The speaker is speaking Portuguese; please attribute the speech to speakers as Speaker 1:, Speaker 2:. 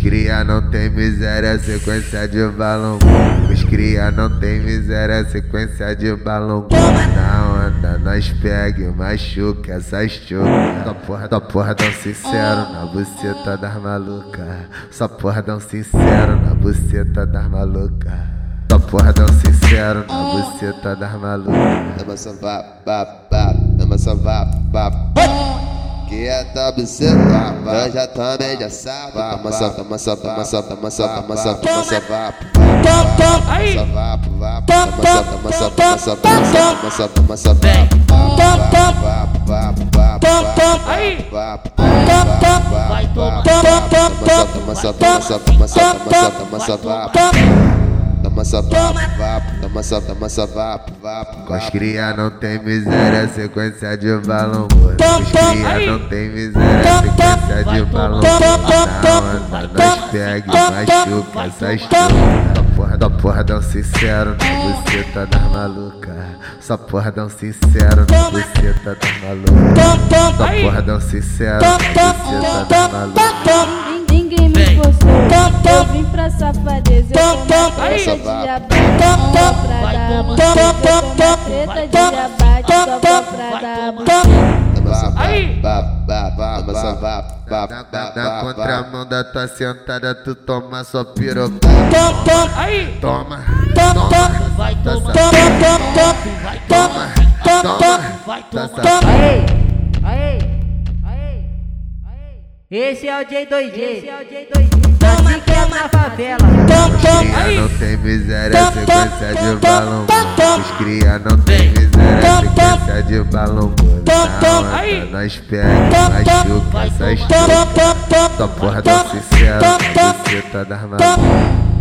Speaker 1: cria não tem miséria, sequência de balão. Os cria não tem miséria, sequência de balão. Na onda, nós pega e machuca essas chucas. Só porra, só porra, dão sincero na buceta das malucas. Só porra, dão sincero na buceta das malucas. Só porra, dão sincero na buceta das malucas.
Speaker 2: Ama sambar, bap, bap, ama sambar, bap, Que é tá observar, vai já também já sabe. Ama sambar, ama sambar, ama sambar, ama sambar, ama sambar, ama sambar. Aí. Vap, vap, ama sambar, ama sambar, ama sambar, ama sambar, ama sambar. Vap, vap, vap, vap. Aí. Vap, vai tomar. Ama sambar, ama sambar, ama sambar, ama sambar, ama sambar. Ama sambar, vap, ama sambar, ama sambar, vap,
Speaker 1: Com as
Speaker 2: vap.
Speaker 1: cria não tem miséria, sequência de balão. Com os cria não tem miséria, sequência de balão. Na onda, nós pega e machuca essas chucas. Só porra, só porra, dão sincero tá na buceta das malucas. Só porra, dão sincero tá na buceta das malucas. Só porra, dão sincero tá na buceta das malucas.
Speaker 3: Nin- Ninguém me forçou. Eu vim pra safadeza. Eu tô na preta de abate. Só vou pra dar amor. Eu tô na preta de abate. Só vou pra dar amor.
Speaker 1: Na, na, na contramão da tua sentada, tu toma sua piroca. Toma, toma, vai tomar. Vai tomar, toma, vai tomar.
Speaker 4: Aê, aê, aê, aê. Esse é o J2J. Esse é o J2J. Assim que é na favela.
Speaker 1: Cria não tem miséria, sequência de balão. Os cria não tem miséria, sequência de balão. Na onda, nós pega, e machuca, essas chucas. Só porra do sincero, buceta das malucas.